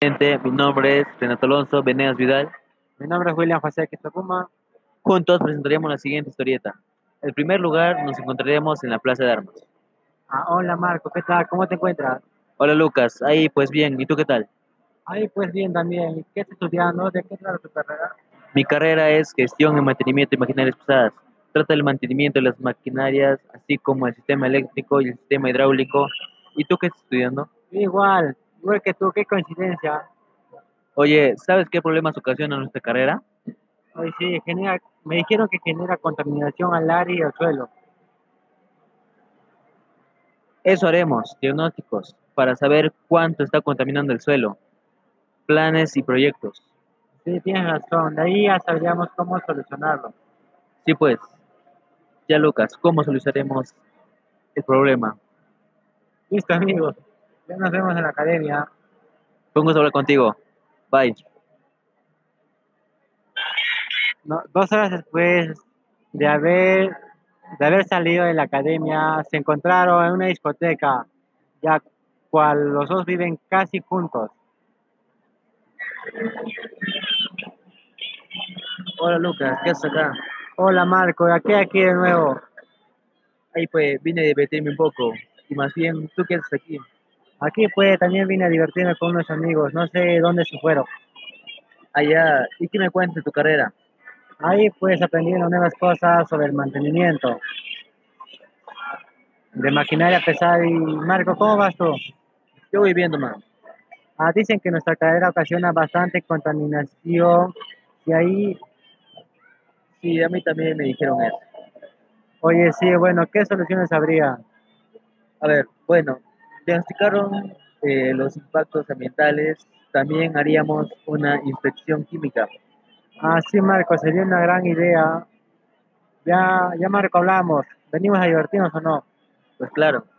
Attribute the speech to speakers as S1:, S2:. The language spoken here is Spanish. S1: Gente, Mi nombre es Renato Alonso Venegas Vidal.
S2: Mi nombre es William José Quistocuma.
S1: Juntos presentaremos la siguiente historieta. En primer lugar, nos encontraremos en la Plaza de Armas.
S2: Ah, hola Marco, ¿qué tal? ¿Cómo te encuentras?
S1: Hola Lucas, ahí pues bien, ¿y tú qué tal?
S2: Ahí pues bien también. ¿Y ¿Qué estás estudiando? ¿De qué trata tu carrera?
S1: Mi carrera es gestión y mantenimiento de maquinarias pesadas. Trata del mantenimiento de las maquinarias, así como el sistema eléctrico y el sistema hidráulico. ¿Y tú qué estás estudiando?
S2: Igual, igual que tú, qué coincidencia.
S1: Oye, ¿sabes qué problemas ocasiona nuestra carrera?
S2: Oye, sí, genera, me dijeron que genera contaminación al aire y al suelo.
S1: Eso haremos, diagnósticos, para saber cuánto está contaminando el suelo, planes y proyectos.
S2: Sí, tienes razón. De ahí ya sabríamos cómo solucionarlo.
S1: Sí, pues. Ya, Lucas, ¿cómo solucionaremos el problema?
S2: Listo, amigos. Ya nos vemos en la academia.
S1: Pongo sobre contigo. Bye.
S2: No, dos horas después de haber, de haber salido de la academia, se encontraron en una discoteca, ya cual los dos viven casi juntos.
S1: Hola, Lucas, ¿qué haces acá?
S2: Hola Marco, aquí, aquí de nuevo.
S1: Ahí pues vine a divertirme un poco. Y más bien, ¿tú qué haces aquí?
S2: Aquí pues también vine a divertirme con unos amigos, no sé dónde se fueron.
S1: Allá, ¿y qué me cuentas de tu carrera?
S2: Ahí pues aprendiendo nuevas cosas sobre el mantenimiento de maquinaria pesada. Y Marco, ¿cómo vas tú?
S1: Yo voy viendo, man.
S2: Ah, dicen que nuestra carrera ocasiona bastante contaminación y ahí,
S1: Sí, a mí también me dijeron eso.
S2: oye, sí, bueno, ¿qué soluciones habría?
S1: A ver, bueno, diagnosticaron eh, los impactos ambientales. También haríamos una inspección química.
S2: Ah, sí, Marco, sería una gran idea. Ya, ya Marco, hablamos. ¿Venimos a divertirnos o no?
S1: Pues claro,